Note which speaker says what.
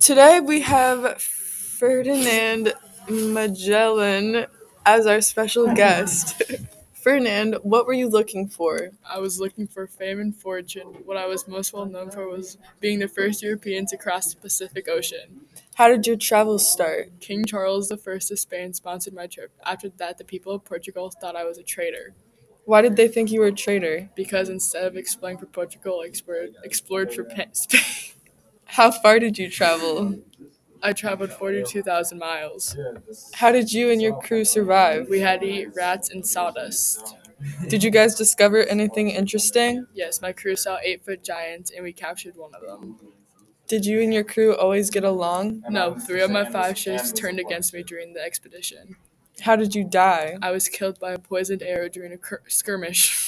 Speaker 1: Today we have Ferdinand Magellan as our special guest. Ferdinand, what were you looking for?
Speaker 2: I was looking for fame and fortune. What I was most well known for was being the first European to cross the Pacific Ocean.
Speaker 1: How did your travels start?
Speaker 2: King Charles I of Spain sponsored my trip. After that, the people of Portugal thought I was a traitor
Speaker 1: Why did they think you were a traitor?
Speaker 2: because instead of exploring for Portugal, I explored, explored for pa- Spain.
Speaker 1: How far did you travel?
Speaker 2: I traveled 42,000 miles.
Speaker 1: How did you and your crew survive?
Speaker 2: We had to eat rats and sawdust.
Speaker 1: Did you guys discover anything interesting?
Speaker 2: Yes, my crew saw eight foot giants and we captured one of them.
Speaker 1: Did you and your crew always get along?
Speaker 2: No, three of my five ships turned against me during the expedition.
Speaker 1: How did you die?
Speaker 2: I was killed by a poisoned arrow during a cur- skirmish.